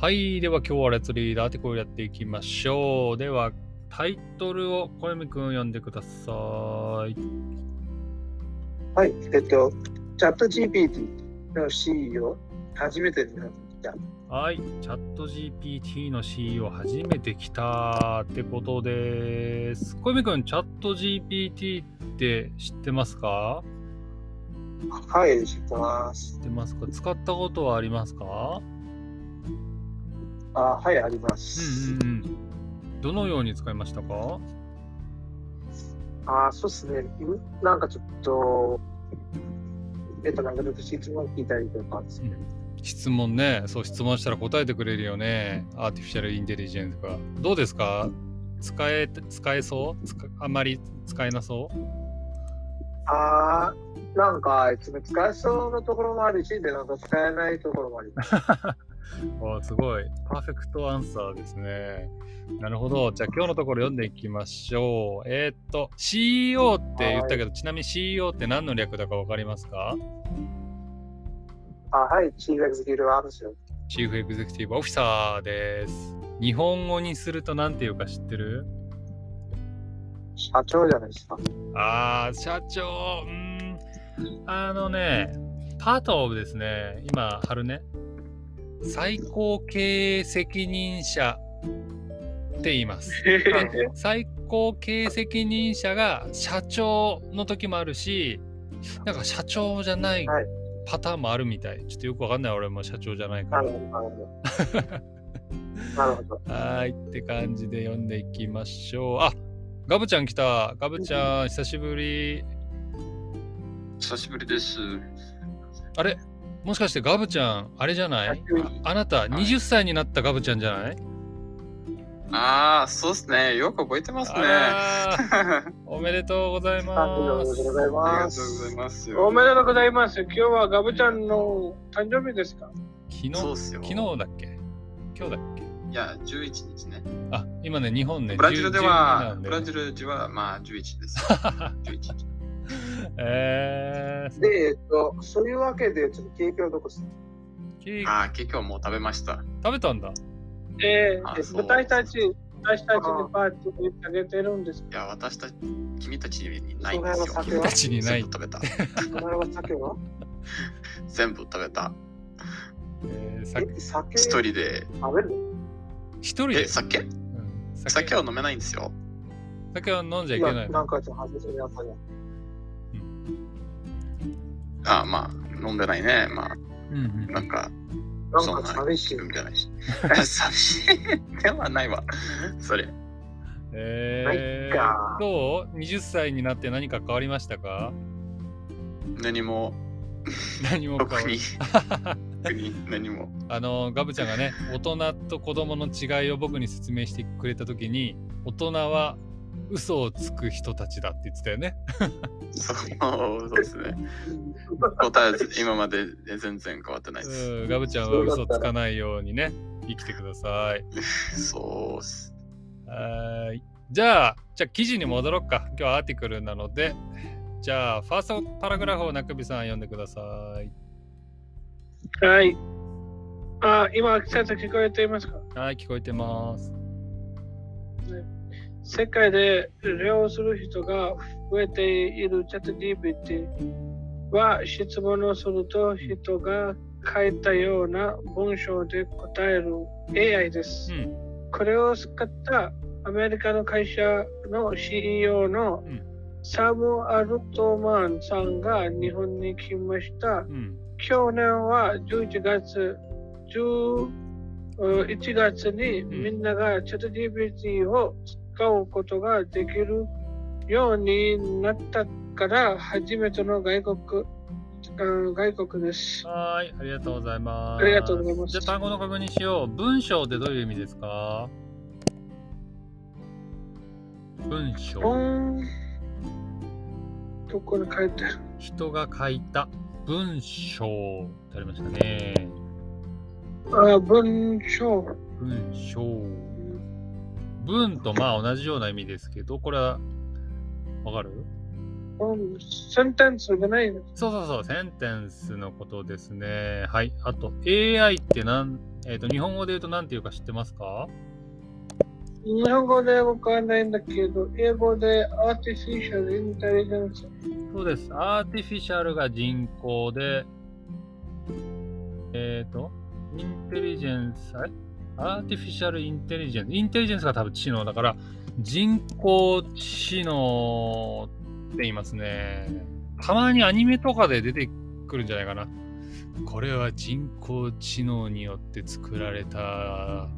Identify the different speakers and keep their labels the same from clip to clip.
Speaker 1: はい。では今日はレッツリーダーってこうやっていきましょう。ではタイトルを小山くん読んでください。
Speaker 2: はい、えっと、チャット GPT の CEO を初めてになった。
Speaker 1: はい。チャット GPT の CEO 初めて来たってことです。小山くん、チャット GPT って知ってますか
Speaker 2: はい、知ってます
Speaker 1: 知。ってますか使ったことはありますか
Speaker 2: あ、はい、ありま
Speaker 1: うん
Speaker 2: す。
Speaker 1: うんうん。どのように使いましたか
Speaker 2: あ、そうですね。んなんかちょっと、えっと、なんかちょっと質問聞いたりとかですね。
Speaker 1: 質問ねそう質問したら答えてくれるよねアーティフィシャルインテリジェンスがどうですか使え使えそう使あんまり使えなそう
Speaker 2: あー、なんか、いつも使えそうなところもあるし、で、なんか使えないところもあります。
Speaker 1: あーすごいパーフェクトアンサーですねなるほどじゃあ今日のところ読んでいきましょうえーっと CEO って言ったけどちなみに CEO って何の略だか分かりますか
Speaker 2: あ、はい、チーフエグゼキューティブアームスよ。
Speaker 1: チーフエグゼクティブオフィサーです日本語にすると何て言うか知ってる
Speaker 2: 社長じゃないですか。
Speaker 1: ああ、社長、うーん、あのね、パートオブですね、今、貼るね、最高経営責任者って言います。最高経営責任者が社長の時もあるし、なんか社長じゃない
Speaker 2: はい
Speaker 1: パターンもあるみたい。ちょっとよくわかんない、俺も社長じゃないか
Speaker 2: な
Speaker 1: ら
Speaker 2: る。ほど、なるほど。なるほど。
Speaker 1: はーいって感じで読んでいきましょう。あガブちゃん来た。ガブちゃん、久しぶり。
Speaker 3: 久しぶりです。
Speaker 1: あれもしかしてガブちゃん、あれじゃない
Speaker 2: はい
Speaker 1: ああなた、20歳になったガブちゃんじゃない、
Speaker 3: ああ、そうっすね。よく覚えてますね。あ
Speaker 1: あら
Speaker 3: り
Speaker 1: ーおめでとうござい
Speaker 2: ありが
Speaker 1: ま
Speaker 2: と
Speaker 1: す。
Speaker 2: うござい
Speaker 3: が
Speaker 2: ま
Speaker 3: とうござい
Speaker 2: す。
Speaker 3: ますよ。
Speaker 4: おめでとうございます。今日はガブちゃんの誕生日ですか
Speaker 1: 昨日、
Speaker 3: そうっすよ。
Speaker 1: 昨日だっけ今日だっけ
Speaker 3: いや、11日ね。
Speaker 1: あ、今ね、日本ね、
Speaker 3: ブラジルでは、ブラ
Speaker 1: ル。
Speaker 3: ジルでは、まあ、11です。11日。
Speaker 1: えー、
Speaker 2: で、えっと、そういうわけで、ちょっと景気はどこですか
Speaker 1: ケーキ
Speaker 3: ああ、結局はもう食べました。
Speaker 1: 食べたんだ。
Speaker 4: ええ
Speaker 3: あそう
Speaker 4: 私たち、私たちのパーティーにあげてるんです。
Speaker 3: いや、私たち、君たちにないんですよ。
Speaker 2: 君
Speaker 1: たちにない
Speaker 3: 全部食べた。
Speaker 2: お前は酒は
Speaker 3: 全部食べた。
Speaker 1: えー、さ
Speaker 2: え、酒
Speaker 3: 一
Speaker 2: 食
Speaker 3: 人で。
Speaker 2: べるの
Speaker 1: 一人で
Speaker 3: え、酒
Speaker 1: うん
Speaker 3: 酒
Speaker 1: 酒
Speaker 3: は飲めないんですよ。
Speaker 1: 酒は飲んじゃいけ
Speaker 2: 今
Speaker 1: ないの。
Speaker 2: なんかちょっと外れなさいよ。
Speaker 3: ああ、まあ、飲んでないね。まあ、
Speaker 1: うんうん
Speaker 3: なんか、
Speaker 2: なんか寂しい
Speaker 3: 気。分じゃな いし。 寂しいではないわ。それ。
Speaker 1: えー
Speaker 2: ないか
Speaker 1: どう ?20 歳になって何か変わりましたか
Speaker 3: 何も
Speaker 1: 何も変わ
Speaker 3: 特
Speaker 1: ら
Speaker 3: に特に何も
Speaker 1: あのガブちゃんがね大人と子供の違いを僕に説明してくれた時に大人は嘘をつく人たちだって言ってたよね。
Speaker 3: そうそうですね答え今まで全然変わってないで
Speaker 1: うんガブちゃんは嘘をつかないようにね生きてください。
Speaker 3: すそうっす
Speaker 1: はーいじゃあじゃあ記事に戻ろうか今日はアーティクルなのでじゃあファーストパラグラフを中びさん読んでください。
Speaker 4: はい。あ、今、先生聞こえていますか
Speaker 1: はい聞こえてます。
Speaker 4: 世界で利用する人が増えているチャット GPT は質問をすると人が書いたような文章で答える AI です。
Speaker 1: うん
Speaker 4: これを使ったアメリカの会社の CEO の
Speaker 1: うん
Speaker 4: サム・アルトマンさんが日本に来ました。
Speaker 1: うん
Speaker 4: 去年は11月、11月にみんながチャット GPT を使うことができるようになったから初めての外国、うん外国です。
Speaker 1: はーいありがとうございます。
Speaker 4: ありがとうございます
Speaker 1: じゃあ単語の確認しよう。文章ってどういう意味ですか文章。
Speaker 4: うんどこに書いてある
Speaker 1: 人が書いた文章ってありましたね。
Speaker 4: あ文章。
Speaker 1: 文章。文とまあ同じような意味ですけど、これはわかる
Speaker 4: うんセンテンスがないの。
Speaker 1: そうそうそう、センテンスのことですね。はい。あと、AI ってなん、えっ、と、日本語で言うと何て言うか知ってますか
Speaker 4: 日本語でわかんないんだけど、英語で Artificial Intelligence。
Speaker 1: そうです。アーティフィシャルが人工で、えっ、と、インテリジェンス、あれアーティフィシャルインテリジェンス。インテリジェンスが多分知能だから、人工知能って言いますね。たまにアニメとかで出てくるんじゃないかな。これは人工知能によって作られた、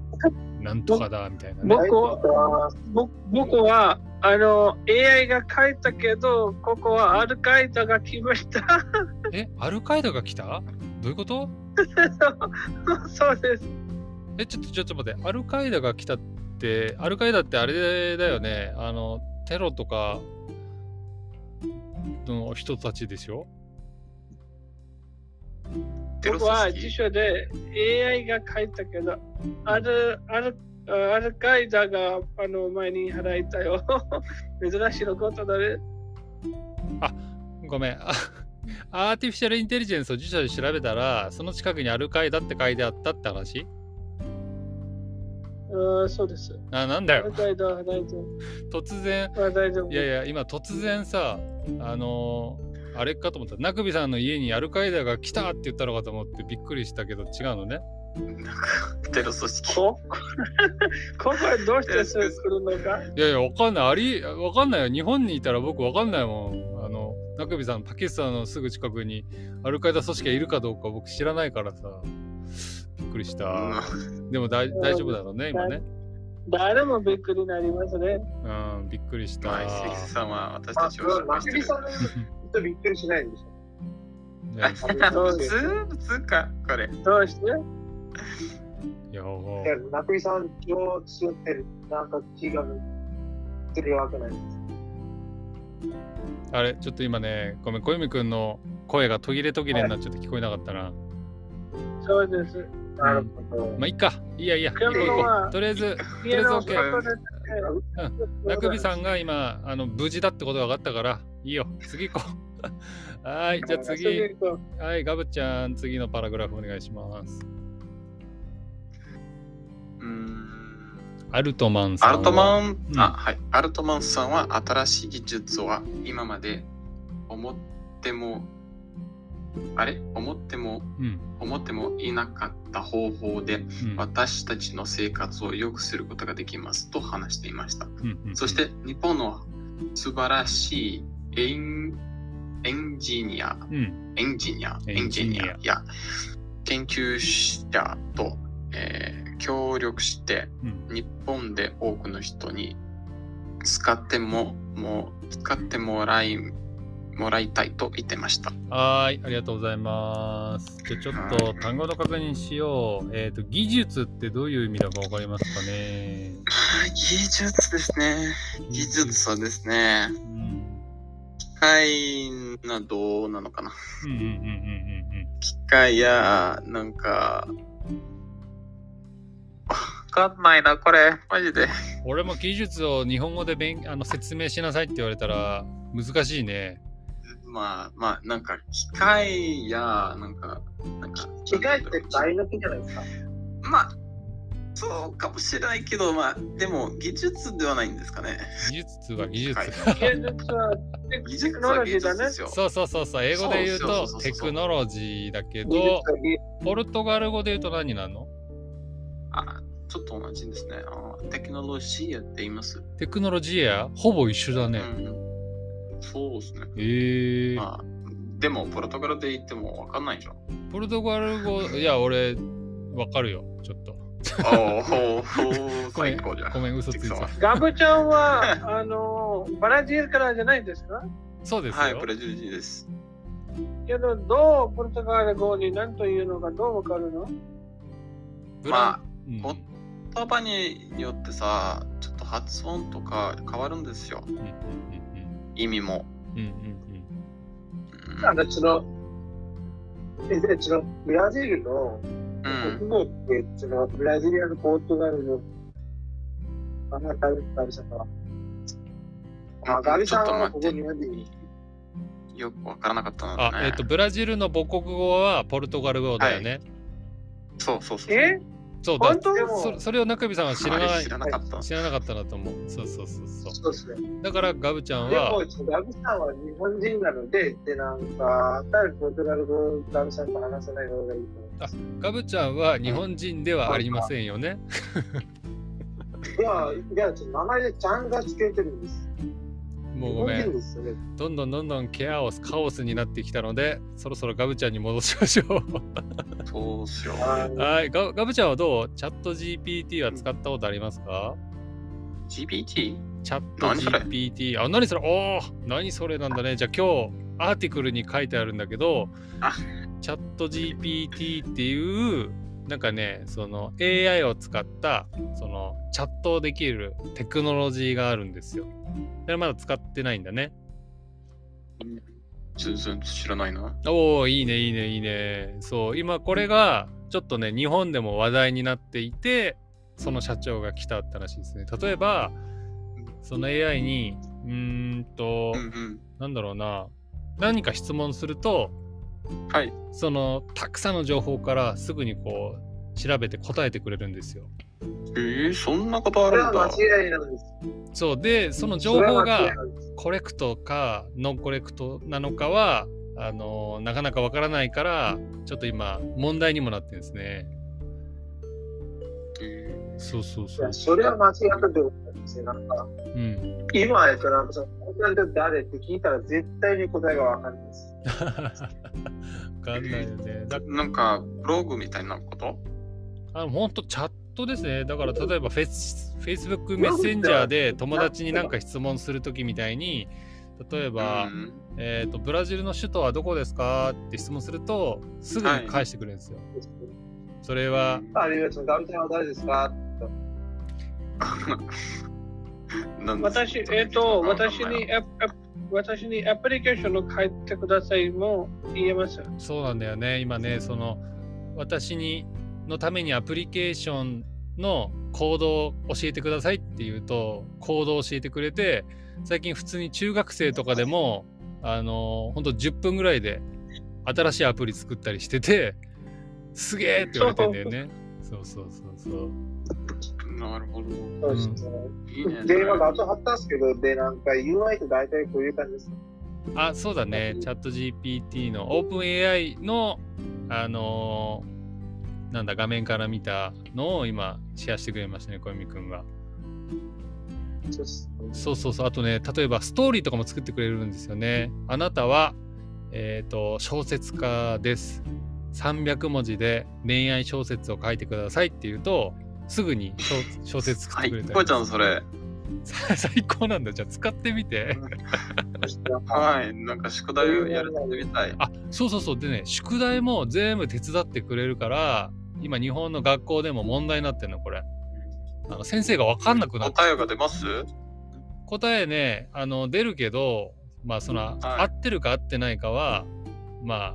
Speaker 1: なんとかだ、みたいな、ね。
Speaker 4: 僕はぼ僕は、あの、AI が書いたけど、ここはアルカイダが決めた。
Speaker 1: え、アルカイダが来たどういうこと
Speaker 4: そうです。
Speaker 1: え、ちょっと、ちょっと待って、アルカイダが来たって、アルカイダってあれだよね、あの、テロとかの人たちでしょ
Speaker 3: テロ
Speaker 4: 僕は
Speaker 3: 組
Speaker 4: 辞
Speaker 3: 織
Speaker 4: 書で AI が書いたけど、アル、アル、アルカイダがあの前に払いたよ。 珍しいことだね。
Speaker 1: ごめん。 あアーティフィシャルインテリジェンスを辞書で調べたら、その近くにアルカイダって書いてあったって話
Speaker 4: うんそうです。
Speaker 1: あ、なんだ
Speaker 4: アル
Speaker 1: よ。
Speaker 4: カイダは大丈
Speaker 1: 突然、
Speaker 4: 夫。は大丈夫。
Speaker 1: いやいや、今突然さ、あのーあれかと思った。ナクビさんの家にアルカイダが来たって言ったのかと思ってびっくりしたけど違うのね。
Speaker 3: テロ組織
Speaker 4: こ こはどうしてそうするのか
Speaker 1: いやいや、わかんない。あり、わかんないよ。日本にいたら僕わかんないもん。あの、ナクビさん、パキスタンのすぐ近くにアルカイダ組織がいるかどうか僕知らないからさ。びっくりした。でも大大丈夫だろうね、今ね。
Speaker 4: 誰もびっくりになりますね。
Speaker 1: うん、びっくりした。
Speaker 3: まあ、石垣さんは私た
Speaker 2: あ、
Speaker 3: ち
Speaker 2: そ
Speaker 3: を
Speaker 2: れは
Speaker 3: 紹介
Speaker 2: マ
Speaker 3: し
Speaker 2: キ
Speaker 3: てる
Speaker 2: リさんの人びっくりしないんでし ょ
Speaker 1: いやい
Speaker 2: さんの
Speaker 4: そう
Speaker 3: 普
Speaker 4: で
Speaker 3: 通
Speaker 4: す
Speaker 3: 普通かこれ
Speaker 4: どうして
Speaker 1: や
Speaker 2: いや、ナクリさん上座ってる、なんか気が抜けてるわけないです。
Speaker 1: あれ、ちょっと今ね、ごめん、小泉くんの声が途切れ途切れになっちゃって聞こえなかったな。
Speaker 4: そうです。
Speaker 2: なるほど。
Speaker 1: まあ、いいか。いいやいいや。行こ
Speaker 4: 今
Speaker 1: う
Speaker 4: 日
Speaker 1: 行こ
Speaker 4: は
Speaker 1: う。とりあえず、
Speaker 4: 家の
Speaker 1: とり
Speaker 4: 外
Speaker 1: あ
Speaker 3: えず OK
Speaker 4: で。
Speaker 1: ラグビーさんが今、あの、無事だってことが分かったから、いいよ。次行こう。 はい、じゃあ次。
Speaker 4: 次行こう
Speaker 1: はい、ガブちゃん、次のパラグラフお願いします。
Speaker 3: うーん
Speaker 1: アルトマンさん
Speaker 3: ア
Speaker 1: は。
Speaker 3: ルトマン、
Speaker 1: うん
Speaker 3: あはいアルトマンさんは新しい技術は今まで思ってもあれ思っても
Speaker 1: うん。
Speaker 3: 思ってもいなかった方法で
Speaker 1: うん。
Speaker 3: 私たちの生活を良くすることができますと話していました
Speaker 1: うんうん
Speaker 3: そして日本の素晴らしいエンエンジニア
Speaker 1: うん。
Speaker 3: エンジニア、
Speaker 1: エ
Speaker 3: エ
Speaker 1: ン
Speaker 3: ン
Speaker 1: ジ
Speaker 3: ジ
Speaker 1: ニ
Speaker 3: ニ
Speaker 1: ア
Speaker 3: アや研究者と、えー協力して
Speaker 1: うん。
Speaker 3: 日本で多くの人に使っても、もう使ってもらい、もらいたいと言ってました。
Speaker 1: はーい、ありがとうございます。じゃあちょっと単語の確認しよう。えっ、と、技術ってどういう意味だかわかりますかね
Speaker 3: 技術ですね。技術そうですね。
Speaker 1: うん。
Speaker 3: 機械などうなのかな。
Speaker 1: うんうんうんうん
Speaker 3: 機械や、なんか、わかんないな、これ。マジで。
Speaker 1: うんうん。俺も技術を日本語で勉あの説明しなさいって言われたら難しいね。
Speaker 3: まあまあなんか機械やなんかなんか
Speaker 2: 機械って大抜きじゃないですか。
Speaker 3: まあそうかもしれないけどまあでも技術ではないんですかね
Speaker 1: 技術は技術。
Speaker 3: はい
Speaker 4: 芸術はテ
Speaker 3: 技
Speaker 4: テ
Speaker 3: 術
Speaker 4: クノロ
Speaker 3: は
Speaker 4: ジ
Speaker 3: 技
Speaker 4: ーだ
Speaker 3: 術
Speaker 4: ね
Speaker 3: で。すよ
Speaker 1: そうそうそうそう。英語で言う
Speaker 3: そうそう
Speaker 1: と
Speaker 3: そうそうそう
Speaker 1: テクノロジーだけ
Speaker 2: 技
Speaker 1: ど
Speaker 2: 術、がいい
Speaker 1: ポルトガル語で言うと何になるの
Speaker 3: あちょっと同じですねあテクノロジーやっています、
Speaker 1: テクノロジーやほぼ一緒だね。
Speaker 3: うんそうですね
Speaker 1: へえ
Speaker 3: まあでもポルトガルで言ってもわかんないじゃ ん
Speaker 1: ポルトガル語、いや、俺、わかるよ、ちょっと。
Speaker 3: おーおー
Speaker 1: ごめん
Speaker 3: 最高じゃん
Speaker 1: ごめん、嘘ついてた。
Speaker 4: ガブちゃんは、あの、ブラジルからじゃないですか
Speaker 1: そうですよ。
Speaker 3: はいブラジル人です
Speaker 4: けど、どうポルトガル語に何というのかどうわかるの
Speaker 1: ブラ
Speaker 3: まあ
Speaker 1: うん
Speaker 3: ほ言葉によってさちょっと発音とか変わるんですよ
Speaker 1: うんうん
Speaker 3: 意味も、
Speaker 1: うんうんうん
Speaker 3: うん
Speaker 2: なんかその、えでそのブラジルの
Speaker 3: うん、
Speaker 2: 国語って、そのブラジリアのポートガルの、あんなガルさんが、まあ、ガル
Speaker 3: ちょ
Speaker 2: さ
Speaker 3: っ
Speaker 2: ん
Speaker 3: と
Speaker 2: は
Speaker 3: 待
Speaker 2: こ
Speaker 3: っ
Speaker 2: こ
Speaker 3: て
Speaker 2: 日本でいい。
Speaker 3: よくわからなかったので、ね
Speaker 1: あ、、えっ、と、ブラジルの母国語はポルトガル語だよね。
Speaker 3: そうそうそう。
Speaker 4: え
Speaker 1: そうだ
Speaker 4: 本。当
Speaker 2: でも
Speaker 1: そそれを中指さんは知ら
Speaker 3: あ
Speaker 1: な
Speaker 3: れ
Speaker 1: い
Speaker 3: 知らなかった。
Speaker 1: 知らなかったなと思う。そうそうそうそう。
Speaker 2: そうですね。
Speaker 1: だからガブちゃん
Speaker 2: で
Speaker 1: は
Speaker 2: も、ちょっとラブさんは日本人なので、で、なんか、たぶんポルトガル語、ラブさんと話さない方がいいと思います。
Speaker 1: ガブちゃんは日本人ではありませんよね。
Speaker 2: いや、いや、ちょっと名前でちゃんがつけてるんです。
Speaker 1: もうごめ
Speaker 2: 日本
Speaker 1: ん。
Speaker 2: 人ですよね。
Speaker 1: どんどんどんどんケアオスカオスになってきたので、そろそろガブちゃんに戻しましょ
Speaker 3: そうっすよ。
Speaker 2: あ
Speaker 1: う。
Speaker 2: の
Speaker 1: はい。ガガブちゃんはどう？チャット GPT は使ったことありますか？
Speaker 3: GPT?
Speaker 1: チャット
Speaker 3: 何それ
Speaker 1: GPT。あ、何それおお何それなんだね。じゃあ今日、アーティクルに書いてあるんだけど
Speaker 3: あ、
Speaker 1: チャット GPT っていう、なんかね、その AI を使った、そのチャットできるテクノロジーがあるんですよ。それまだ使ってないんだね。
Speaker 3: 全然知らないな。
Speaker 1: おおいいねいいねいいねそう今これがちょっとね日本でも話題になっていてその社長が来たって話ですね例えばその AI にうーんと
Speaker 3: うんうん。
Speaker 1: なんだろうな何か質問すると
Speaker 3: はい。
Speaker 1: そのたくさんの情報からすぐにこう調べて答えてくれるんですよ
Speaker 3: えー、そんなことあ
Speaker 2: これ
Speaker 3: る
Speaker 2: は
Speaker 3: んだ。
Speaker 2: 間違いなんです。
Speaker 1: そうでその情
Speaker 2: それ
Speaker 1: 報
Speaker 2: は間違
Speaker 1: が
Speaker 2: いなんです
Speaker 1: コレクトかノンコレクトなのかはあのなかなかわからないからちょっと今問題にもなってるんですね
Speaker 3: え
Speaker 1: そうそう
Speaker 2: い
Speaker 1: そう
Speaker 2: や、。それは間違ったってことなんですよ。なんか、
Speaker 1: うん。
Speaker 2: 今、えっと、なんかその、この人誰って聞いたら絶対に答えがわかります。
Speaker 1: わかんないよね。だ
Speaker 3: ーなんか、ブログみたいなこと
Speaker 1: あ本当チャットですね。だから例えばフェス Facebook メッセンジャーで友達に何か質問するときみたいに、例えば、
Speaker 3: うん
Speaker 1: えーと、ブラジルの首都はどこですかって質問すると、すぐに返してくれるんですよ。それは、
Speaker 2: あるいは、その、ダブちゃんは誰ですか
Speaker 3: なんで
Speaker 4: 私、えっ、と、私にアプ、アプ私にアプリケーションを書いてくださいも言えます。
Speaker 1: そうなんだよね。今ね、その、私に、のためにアプリケーションの行動を教えてくださいって言うと、行動を教えてくれて、最近普通に中学生とかでも、あの、ほんと10分ぐらいで新しいアプリ作ったりしてて、すげえって言われてんだよね。そうそうそうそう。
Speaker 3: なるほど。
Speaker 2: そうですね。
Speaker 3: いいね。
Speaker 2: で、今、画像貼ったんですけど、で、なんか、UI って大体こういう感じです。
Speaker 1: あ、そうだね。チャット GPT の OpenAI の、あのーなんだ、画面から見たのを今、シェアしてくれましたね、小泉くんが。
Speaker 2: そうです
Speaker 1: そうそうそう。あとね、例えばストーリーとかも作ってくれるんですよね。あなたは、えっ、と、小説家です。300文字で恋愛小説を書いてくださいって言うと、すぐに小小説作って
Speaker 3: 最
Speaker 1: くれたり
Speaker 3: 高じゃん、それ。
Speaker 1: 最高なんだ。じゃあ使ってみて。
Speaker 2: そしてなんか
Speaker 3: はい。なんか宿題をやらせてみたい。
Speaker 1: あ、そうそうそう。でね、宿題も全部手伝ってくれるから、今日本の学校でも問題になってんの、これ。あの先生がわかんなくなっ
Speaker 3: 答えが出ます
Speaker 1: 答えねあの出るけどまあその、合ってるか合ってないかはまあ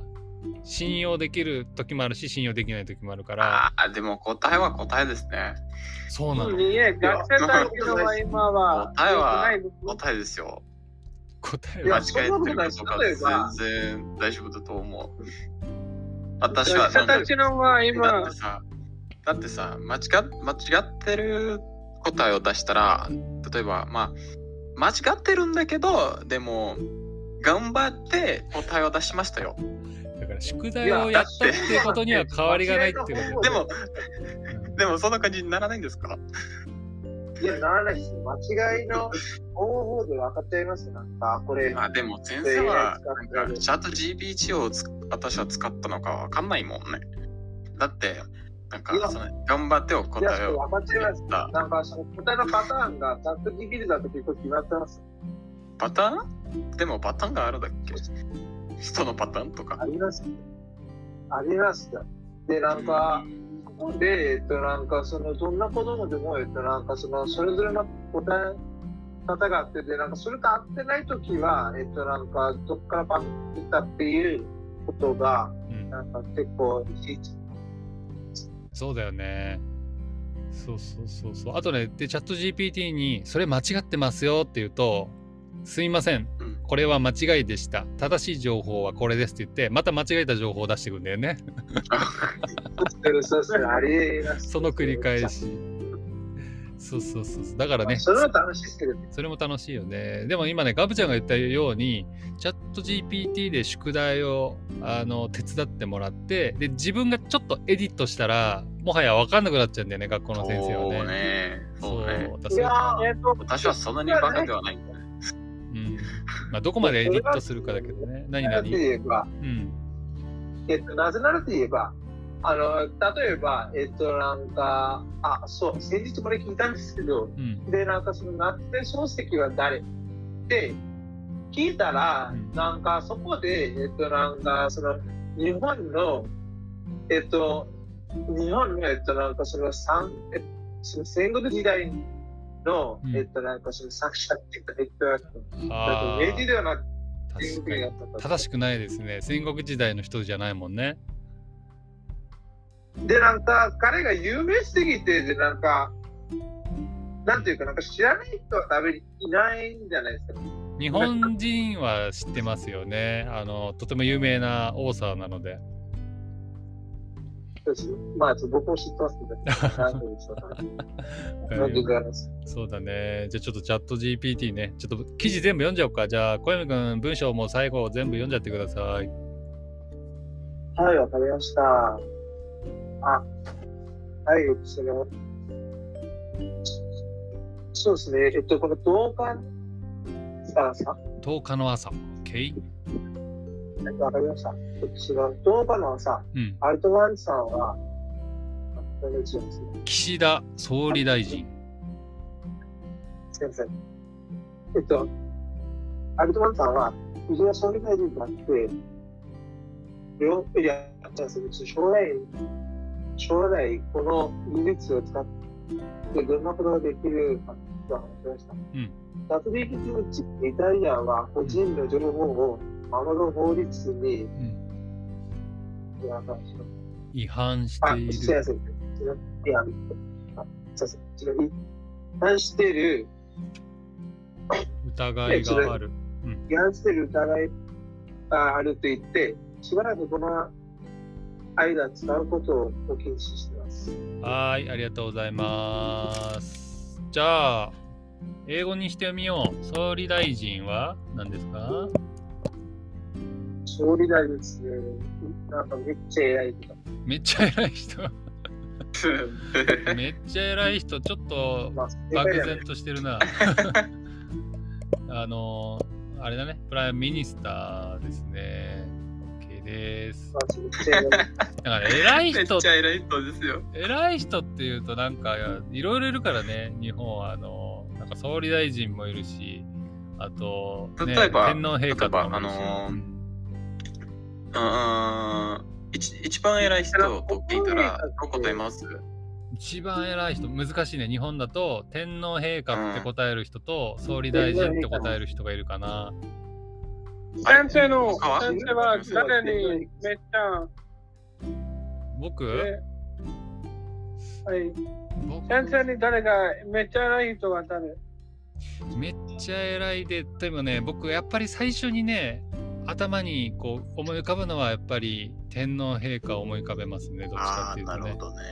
Speaker 1: 信用できる時もあるし信用できない時もあるから
Speaker 3: ああ、でも答えは答えですね。
Speaker 1: そうなの
Speaker 4: いいえ、学生たちのは今は、
Speaker 3: 答えは
Speaker 4: 良くない
Speaker 3: 答えですよ。
Speaker 1: 答え
Speaker 2: い
Speaker 3: 間
Speaker 1: は
Speaker 2: や
Speaker 3: 違えてることが全然大丈夫だと思う。私は、
Speaker 4: 学生たちのは
Speaker 3: だっ
Speaker 4: 今
Speaker 3: て、さ、だってさ間違っ、間違ってる答えを出したら、例えば、まあ、間違ってるんだけど、でも、頑張って答えを出しましたよ。
Speaker 1: だから宿題をやったっていうことには変わりがないっていうこ
Speaker 3: でも、でもそんな感じにならないんですか
Speaker 2: いや、ならないです。間違いの方法で分かっちゃいますよ。なんか、これ、
Speaker 3: まあでも先生は
Speaker 2: AI 使ってる
Speaker 3: なんかチャット GPT をつ私は使ったのかわかんないもんね。だってなんか
Speaker 2: いや
Speaker 3: その頑張ってお
Speaker 2: いや、
Speaker 3: 答
Speaker 2: そ
Speaker 3: え
Speaker 2: れ
Speaker 3: を
Speaker 2: 分かっちゃいます。
Speaker 3: 言った
Speaker 2: なんか、その答えのパターンが、チャット GPT だと結構決まってます。
Speaker 3: パターンでもパターンがあるだっけ人のパターンとか
Speaker 2: あ。りますありますよで、なんか、で、えっと、なんか、その、どんな子供でも、えっと、なんか、その、それぞれの答え方があって、で、なんか、それと合ってないときは、えっと、なんか、どっからパッと来たっていうことが、
Speaker 1: と、うん、
Speaker 2: なんか、結構、いちいち
Speaker 1: そうだよねそうそうそうそうあとねでチャット GPT に「それ間違ってますよ」って言うと「すみません
Speaker 3: うん
Speaker 1: これは間違いでした。正しい情報はこれですって言って、また間違えた情報を出してくんだよね。
Speaker 2: そうそうそう、ありえます。
Speaker 1: その繰り返し。そうそうそうそう。だからね、
Speaker 2: それは楽しいですけどね。
Speaker 1: それも楽しいよね。でも今ね、ガブちゃんが言ったように、チャット GPT で宿題をあの手伝ってもらって、で、自分がちょっとエディットしたら、もはや分かんなくなっちゃうんだよね、学校の先生は
Speaker 3: そう
Speaker 1: ね。
Speaker 3: ね。そうね。
Speaker 1: だ
Speaker 2: い
Speaker 1: そう
Speaker 2: やー
Speaker 4: えっと、
Speaker 3: 私はそんなにバカではないんだね。
Speaker 1: うん。まあ、どこまでエディットするかだけどね。何
Speaker 2: なぜなら
Speaker 1: 々
Speaker 2: といえば、
Speaker 1: うん。
Speaker 2: えっと、なぜならといえば、あの、例えば、えっと、なんか、あ、そう、先日これ聞いたんですけど、
Speaker 1: うん。
Speaker 2: で、なんかその夏目漱石は誰って聞いたら、
Speaker 1: うん
Speaker 2: なんかそこで、えっと、なんかその日本の、えっと、日本の、えっと、なんかその三、えっとその戦国時代の、
Speaker 1: うん
Speaker 2: えっと、なんかその作者っていうか、えっと、なんか
Speaker 1: あ
Speaker 2: 明治
Speaker 1: あ、
Speaker 2: ではなくて、
Speaker 1: 確か
Speaker 2: 戦国に
Speaker 1: に
Speaker 2: な。ったと
Speaker 1: 正しくないですね。戦国時代の人じゃないもんね。
Speaker 2: で、なんか、彼が有名すぎて、で、なんか、なんていうか、なんか知らない人は多分いないんじゃないですか。
Speaker 1: 日本人は知ってますよね。あの、とても有名なオーサーなので。
Speaker 2: そうですまあ、ちょっと僕も知ってますけど、なんて言うんでしょうかなんていうか
Speaker 1: そうだね。じゃあちょっとチャット GPT ね。ちょっと記事全部読んじゃおうか。じゃあ小山くん文章も最後全部読んじゃってください。
Speaker 2: はい、わかりました。あ、はい、その、そうですね、えっと、この同感さ、さ、
Speaker 1: 10日の朝。OK?
Speaker 2: わかりました。えっとその、同感のさ、
Speaker 1: うん。
Speaker 2: アルトマンさんは、あこんにちはですね
Speaker 1: 岸田総理大臣。
Speaker 2: すみません。えっと、アルトマンさんは、藤田総理大臣になって、両いや、じゃあその将来、将来、この技術を使って、どんなことができるかと話しました。
Speaker 1: うん。
Speaker 2: WBT のチイタリアンは、個人の情報を守る法律に、
Speaker 1: うん。
Speaker 2: なんかその
Speaker 1: 違反し
Speaker 2: あ、
Speaker 1: てい
Speaker 2: すいま
Speaker 1: る。
Speaker 2: せん。いや、あすいません。ちなみに、反している、
Speaker 1: 疑いがある。
Speaker 2: 違反してる疑いがあると言って、しばらくこの間使うことを禁止しています。
Speaker 1: はーい。ありがとうございます。じゃあ、英語にしてみよう。総理大臣は何ですか
Speaker 2: 総理大臣ですね。なんかめっちゃ偉いとか。
Speaker 1: めっちゃ偉い人。めっちゃ偉い人。ちょっと
Speaker 2: まあ、
Speaker 1: 漠
Speaker 2: 世界
Speaker 1: 然としてるな。 あのー、あれだね、プライムミニスターですね。OK です。
Speaker 2: でめっちゃ偉い。
Speaker 1: だから偉い
Speaker 3: めっ
Speaker 1: 人、
Speaker 3: ちゃ偉い人ですよ。
Speaker 1: 偉い人っていうとなんかいろいろいるからね、日本はあのー、なんか総理大臣もいるし、あと、ね、
Speaker 3: 例えば
Speaker 1: 天皇陛下とかもいるし
Speaker 3: 例えばあのー
Speaker 1: うん
Speaker 3: うーん。一一番偉い人と聞いたら、どう答えます
Speaker 1: 一番偉い人、難しいね。日本だと天皇陛下って答える人と総理大臣って答える人がいるかな。
Speaker 4: 先生の、
Speaker 3: あ
Speaker 4: 先生は誰にめっちゃ、
Speaker 1: 僕
Speaker 4: えはい。
Speaker 1: 僕
Speaker 4: 先生に誰がめっちゃ偉い人は誰
Speaker 1: めっちゃ偉いででもね僕やっぱり最初にね頭にこう思い浮かぶのはやっぱり天皇陛下を思い浮かべますねどっちか
Speaker 3: あ
Speaker 1: っ
Speaker 3: あ
Speaker 1: ていう
Speaker 3: ー、
Speaker 1: と
Speaker 3: なる
Speaker 1: ね
Speaker 3: ほどね。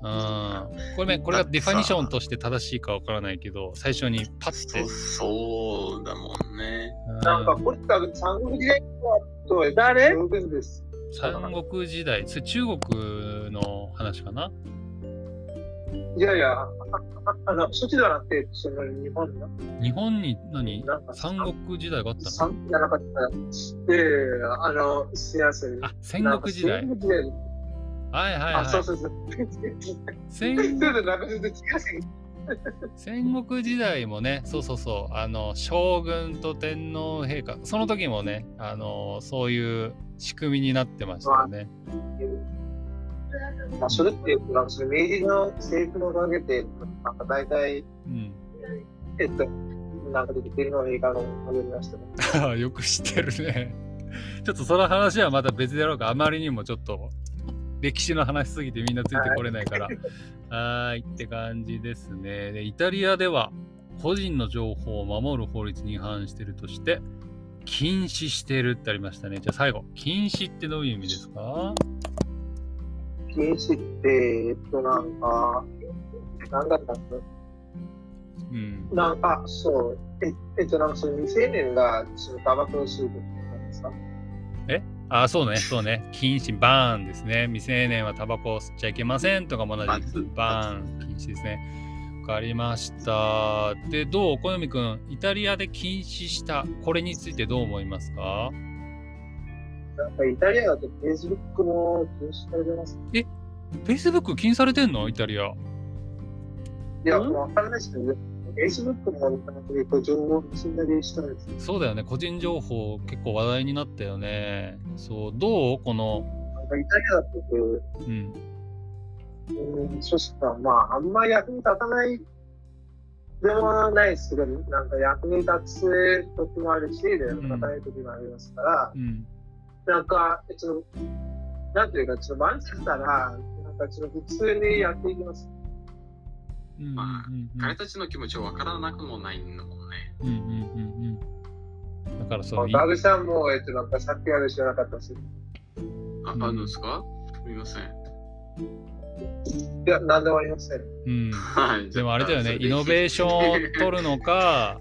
Speaker 1: うんこれねこれがディファニションとして正しいかわからないけど最初にパッて
Speaker 3: そそうだもんね。
Speaker 1: うん
Speaker 2: なんか、これ多分三国時代の後、
Speaker 4: 誰
Speaker 2: 表現です。
Speaker 1: 三国時代それ中国の話かない
Speaker 2: やいや、あああの、そっちではなくて、その日本の、
Speaker 1: 日本に何
Speaker 2: なんか
Speaker 1: 三国時代があったの
Speaker 2: 三じゃなかった。で、あの、すいません。
Speaker 1: あ戦国時代
Speaker 2: なんか戦国時代。
Speaker 1: はいはい
Speaker 2: あ、そう
Speaker 1: は
Speaker 2: そうそう。
Speaker 1: い
Speaker 2: ちょ
Speaker 1: 戦
Speaker 2: っとなんか全然違うし
Speaker 1: 戦国時代もねそうそうそうあの将軍と天皇陛下その時もねあのそういう仕組みになってましたよね。
Speaker 2: まあ、それって、なんかその明治の政府のおかげで、なんか大体、
Speaker 1: うん、
Speaker 2: えっと、なんか出てるのがいいかなと思いましたね。
Speaker 1: よく知ってるね。ちょっとその話はまた別でやろうかあまりにもちょっと歴史の話すぎてみんなついてこれないから。はーいって感じですね。でイタリアでは個人の情報を守る法律に違反してるとして禁止してるってありましたね。じゃあ最後、禁止ってどういう意味ですか
Speaker 2: 禁止って、えっと、なんか、なんだったっけ
Speaker 1: うん。
Speaker 2: なんか、そう、ええっと、なんか、その未成年が、その、タバコを吸うことなんですか
Speaker 1: あ、そうね、そうね。禁止、バーンですね。未成年はタバコを吸っちゃいけませんとかも同じです。
Speaker 3: 罰
Speaker 1: バーン、禁止ですね。わかりました。で、どうお好みくん、イタリアで禁止した、これについてどう思いますか
Speaker 2: なんか、イタリアだと、フェイスブックも禁止されてます。
Speaker 1: ?Facebook 禁止されてんのイタリア。
Speaker 2: いや、
Speaker 4: うん
Speaker 2: わかんないですけど、フェイスブックも、なんか、結構情報を盗んだりしたんです
Speaker 1: そうだよね、個人情報結構話題になったよね。そう、どうこの、
Speaker 2: なんか、イタリアだと、
Speaker 1: うん。
Speaker 2: うん、そしたら、まあ、あんま役に立たないでもないですけど、なんか役に立つ時もあるし、でも立たない時もありますから、
Speaker 1: うん。
Speaker 2: なんか、ちょっと、なんていうか、ちょっと満足したら、なんかちょっと普通にやっていきます。
Speaker 1: うん
Speaker 3: まあ
Speaker 1: うんうん
Speaker 3: 彼たちの気持ちをわからなくもないのもね。
Speaker 1: うんうんうんうん。だからその、
Speaker 2: バグさんも、えっと、なんかさっきまで知らなかったし、
Speaker 3: あ、
Speaker 1: うん
Speaker 3: あるんですかすみません。
Speaker 2: いや、なんでもありません。
Speaker 1: うん。
Speaker 3: はい。
Speaker 1: でもあれだよね、イノベーションを 取るの か、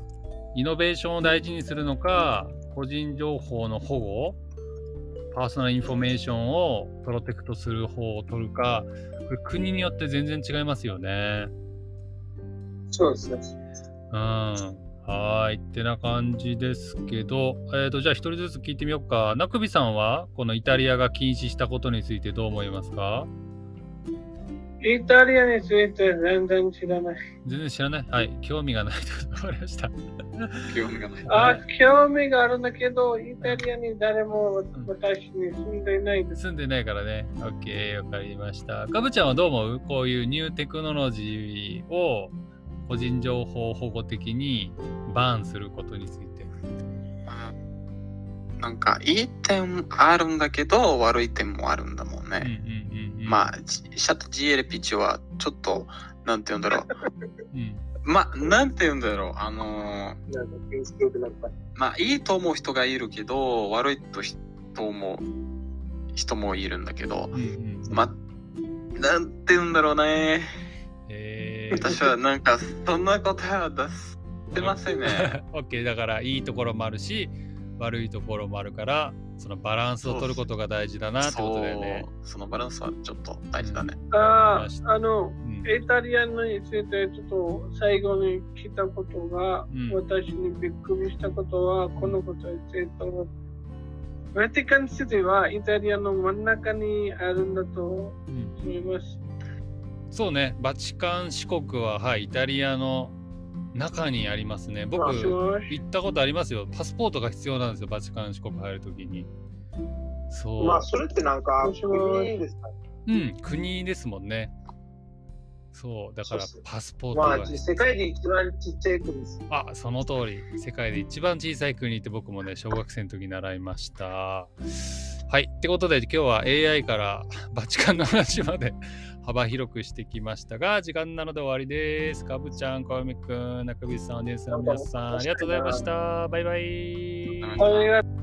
Speaker 1: イノベーションを大事にするのか、個人情報の保護、パーソナルインフォメーションをプロテクトする方を取るか、これ国によって全然違いますよね。
Speaker 2: そうですね。
Speaker 1: うん。はーい。ってな感じですけど、えっ、と、じゃあ一人ずつ聞いてみようか。なくびさんは、このイタリアが禁止したことについてどう思いますか
Speaker 4: イタリアについて全然知らない。
Speaker 1: 全然知らない。はい。興味がないということでわかりました。
Speaker 3: 興味がない。
Speaker 4: あ、興味があるんだけど、イタリアに誰も私に住んでいないです。
Speaker 1: 住んでないからね。オッケー、わかりました。かぶちゃんはどう思うこういうニューテクノロジーを個人情報保護的にバーンすることについて。
Speaker 3: あなんかいい点あるんだけど悪い点もあるんだもん
Speaker 1: うん
Speaker 3: ね。
Speaker 1: うんうんうん。
Speaker 3: ま
Speaker 1: あ。
Speaker 3: あじシャット GLP はちょっとなんて言うんだろう。
Speaker 1: うん。
Speaker 3: まあなんて言うんだろう。あのー
Speaker 2: なんか、気にしてよくなった。
Speaker 3: まあいいと思う人がいるけど悪いと人も人もいるんだけど
Speaker 1: うんうん、
Speaker 3: まあなんて言うんだろうね。
Speaker 1: えー
Speaker 3: 私はなんかそんな答えは出してませ んね。
Speaker 1: オッケーだからいいところもあるし悪いところもあるからそのバランスを取ることが大事だなってことだよね。
Speaker 3: そうそのバランスはちょっと大事だね。
Speaker 4: あ、あの、
Speaker 1: うん
Speaker 4: イタリアについてちょっと最後に聞いたことが、
Speaker 1: うん
Speaker 4: 私にびっくりしたことはこのことについてベティカンシティはイタリアの真ん中にあるんだと
Speaker 1: うん
Speaker 4: 思います。
Speaker 1: そうねバチカン四国ははいイタリアの中にありますね。僕
Speaker 2: あ
Speaker 4: もし
Speaker 1: 行
Speaker 4: もし
Speaker 1: ったことありますよパスポートが必要なんですよバチカン四国入るときに。そう、
Speaker 2: まあ、それってなんか、
Speaker 4: 面白い
Speaker 2: いいですか
Speaker 1: うん国ですもんね。そうだから
Speaker 2: そうっす
Speaker 1: パスポート
Speaker 2: ま
Speaker 1: が
Speaker 2: あ、世界で一番ちっちゃい国です。
Speaker 1: あその通り世界で一番小さい国って僕もね小学生の時に習いましたはいってことで今日は AI からバチカンの話まで 幅広くしてきましたが時間なので終わりですかぶちゃんかわみくん中口さんオーディエンスの皆さんありがとうございましたバイバイ
Speaker 3: ありがとうございました
Speaker 4: お願い